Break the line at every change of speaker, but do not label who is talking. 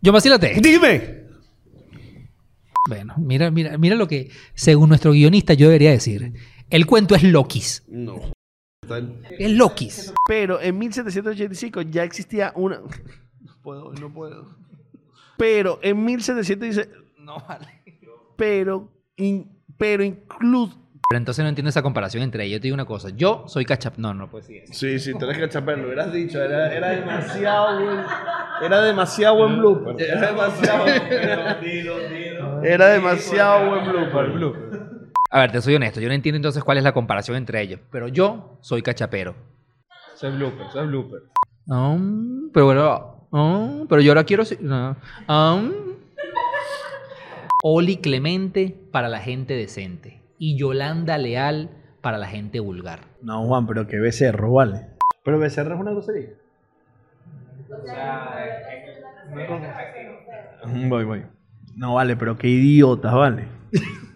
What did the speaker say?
Yo vacílate.
Dime.
Bueno, mira, mira, mira lo que, según nuestro guionista, yo debería decir. El cuento es Loki's.
No.
Es Loki's.
Pero en 1785 ya existía una. No puedo, no puedo. Pero en 1785.
No vale.
Pero. in- pero incluso.
Pero entonces no entiendo esa comparación entre ellos. Yo te digo una cosa. Yo soy cachap. No, pues, no puedes decir eso.
Sí, sí, tenés que chapar, lo hubieras dicho. Era, era demasiado buen. Era demasiado buen blooper. Era demasiado. Era demasiado buen blooper.
A ver, te soy honesto. Yo no entiendo entonces cuál es la comparación entre ellos. Pero yo soy cachapero.
Eso es blooper, eso es blooper.
Ah, pero bueno. ah, pero yo ahora quiero. si- no. Ah. Oli Clemente para la gente decente. Y Yolanda Leal para la gente vulgar.
No, Juan, pero que becerro, vale. Pero becerro es una grosería. Voy, voy. No vale, pero qué idiotas, vale.